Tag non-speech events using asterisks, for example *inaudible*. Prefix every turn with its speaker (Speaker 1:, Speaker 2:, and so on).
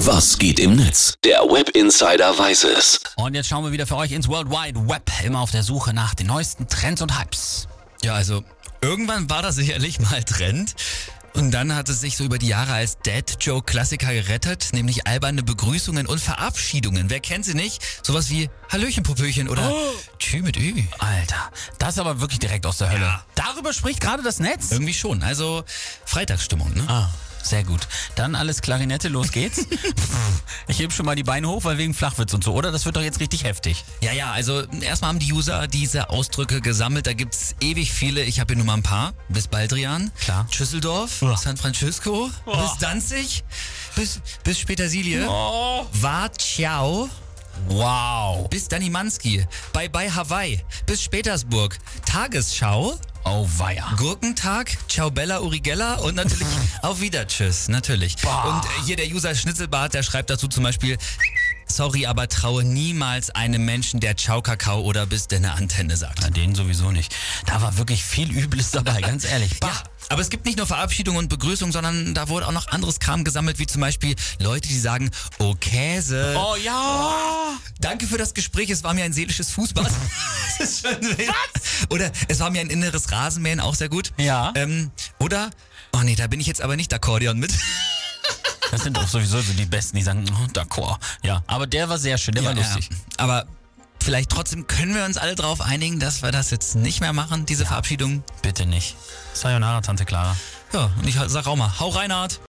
Speaker 1: Was geht im Netz? Der Web Insider weiß es.
Speaker 2: Und jetzt schauen wir wieder für euch ins World Wide Web, immer auf der Suche nach den neuesten Trends und Hypes.
Speaker 3: Ja, also irgendwann war das sicherlich mal Trend. Und dann hat es sich so über die Jahre als Dad Joe Klassiker gerettet, nämlich alberne Begrüßungen und Verabschiedungen. Wer kennt sie nicht? Sowas wie Hallöchen Popöchen oder Tschü mit Ü.
Speaker 2: Alter, das ist aber wirklich direkt aus der Hölle.
Speaker 3: Ja.
Speaker 2: Darüber spricht gerade das Netz.
Speaker 3: Irgendwie schon. Also Freitagsstimmung, ne?
Speaker 2: Ah, sehr gut. Dann alles Klarinette,
Speaker 3: *laughs*
Speaker 2: los geht's. ich heb schon mal die Beine hoch, weil wegen Flachwitz und so, oder? Das wird doch jetzt richtig heftig.
Speaker 3: Ja, ja, also erstmal haben die User diese Ausdrücke gesammelt. Da gibt's ewig viele. Ich habe hier nur mal ein paar. Bis Baldrian.
Speaker 2: Klar.
Speaker 3: Schüsseldorf.
Speaker 2: Uah.
Speaker 3: San Francisco. Bis Danzig. Bis, bis Petersilie. War Ciao.
Speaker 2: Wow.
Speaker 3: Bis Danimanski. Bye bye Hawaii. Bis Petersburg. Tagesschau.
Speaker 2: Oh weia.
Speaker 3: Gurkentag, Ciao Bella Urigella und
Speaker 2: *laughs*
Speaker 3: natürlich auf Wieder Tschüss, natürlich.
Speaker 2: Boah.
Speaker 3: Und äh, hier der User Schnitzelbart, der schreibt dazu zum Beispiel, sorry, aber traue niemals einem Menschen, der Ciao Kakao oder bis der eine Antenne sagt.
Speaker 2: Na, den sowieso nicht. Da war wirklich viel Übles dabei, ganz ehrlich. Bah.
Speaker 3: Ja, aber es gibt nicht nur Verabschiedung und Begrüßung, sondern da wurde auch noch anderes Kram gesammelt, wie zum Beispiel Leute, die sagen, oh Käse,
Speaker 2: Oh ja.
Speaker 3: danke für das Gespräch, es war mir ein seelisches
Speaker 2: *laughs*
Speaker 3: Fußball. das ist schon wild. Oder es war mir ein inneres Rasenmähen, auch sehr gut.
Speaker 2: Ja.
Speaker 3: Ähm, oder, oh nee, da bin ich jetzt aber nicht Akkordeon mit.
Speaker 2: Das sind doch sowieso so die Besten, die sagen, oh, d'accord. Ja, aber der war sehr schön, der war lustig.
Speaker 3: Ja. Aber vielleicht trotzdem können wir uns alle darauf einigen, dass wir das jetzt nicht mehr machen, diese Verabschiedung.
Speaker 2: Bitte nicht. Sayonara, Tante Clara.
Speaker 3: Ja, und ich sag auch mal, hau Reinhard!